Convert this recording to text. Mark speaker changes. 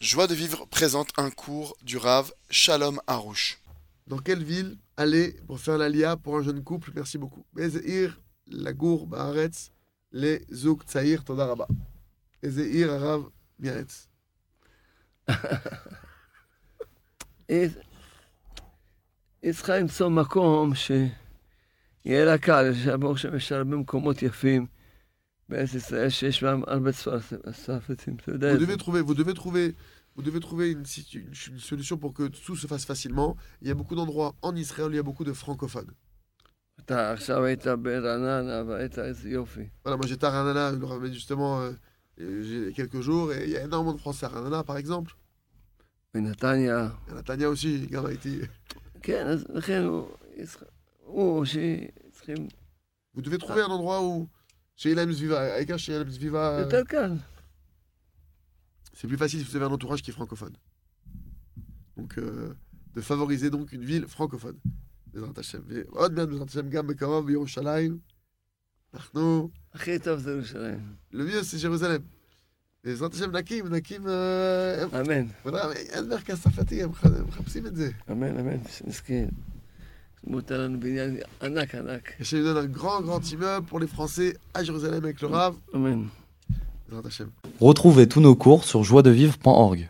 Speaker 1: Joie de vivre présente un cours du Rave Shalom Harouche.
Speaker 2: Dans quelle ville aller pour faire l'Alia pour un jeune couple Merci beaucoup. Bezeir, Lagour, Baaretz, les Zouk, Tsaïr, Todaraba. Bezeir, Arav, Miaretz.
Speaker 3: היא- היא צריכה למצוא מקום שיהיה לה קל, שהבור שמשלבים מקומות יפים בארץ ישראל, שיש בהם הרבה צפרדעים, צרפתים, אתה יודע
Speaker 2: Vous
Speaker 3: את זה.
Speaker 2: devez trouver, vous devez trouver, vous devez trouver une, situ- une- une solution pour que tout se fasse facilement. Il y a beaucoup d'endroits en Israël où il y a beaucoup de francophones.
Speaker 3: אתה עכשיו היית ברעננה, והיית איזה יופי.
Speaker 2: Voilà, moi j'étais à Ranana, je le ramène justement euh, euh, j'ai- il y a quelques jours, et il y a énormément de Français à Ranana par exemple.
Speaker 3: בנתניה.
Speaker 2: Il y en a Tania aussi, il y en a été.
Speaker 3: כן, אז לכן הוא, ישראל- הוא, שצריכים
Speaker 2: Vous devez trouver un endroit où. Chez Ilaim Zviva, avec un chez Ilaim Zviva, euh,
Speaker 3: יותר קל.
Speaker 2: c'est plus facile si vous avez un entourage qui est francophone. Donc, euh, de favoriser donc une ville francophone. בעזרת השם. ועוד מעט בעזרת השם, גם בקרוב בירושלים. אנחנו...
Speaker 3: הכי טוב זה ירושלים.
Speaker 2: Le mieux, c'est Jérusalem. בעזרת השם נקים, נקים... אה, הם-
Speaker 3: אמן,
Speaker 2: וואלה, אין מרכז צרפתי, הם ח- הם מחפשים את זה.
Speaker 3: אמן, אמן, שנזכה. מותר לנו בניין ענק ענק.
Speaker 2: Et Hachem nous donne un grand, grand immeuble pour les Français à Jérusalem avec le Rav.
Speaker 3: אמן.
Speaker 2: בעזרת השם.
Speaker 4: Retrouvez tous nos cours sur joiedevivre.org.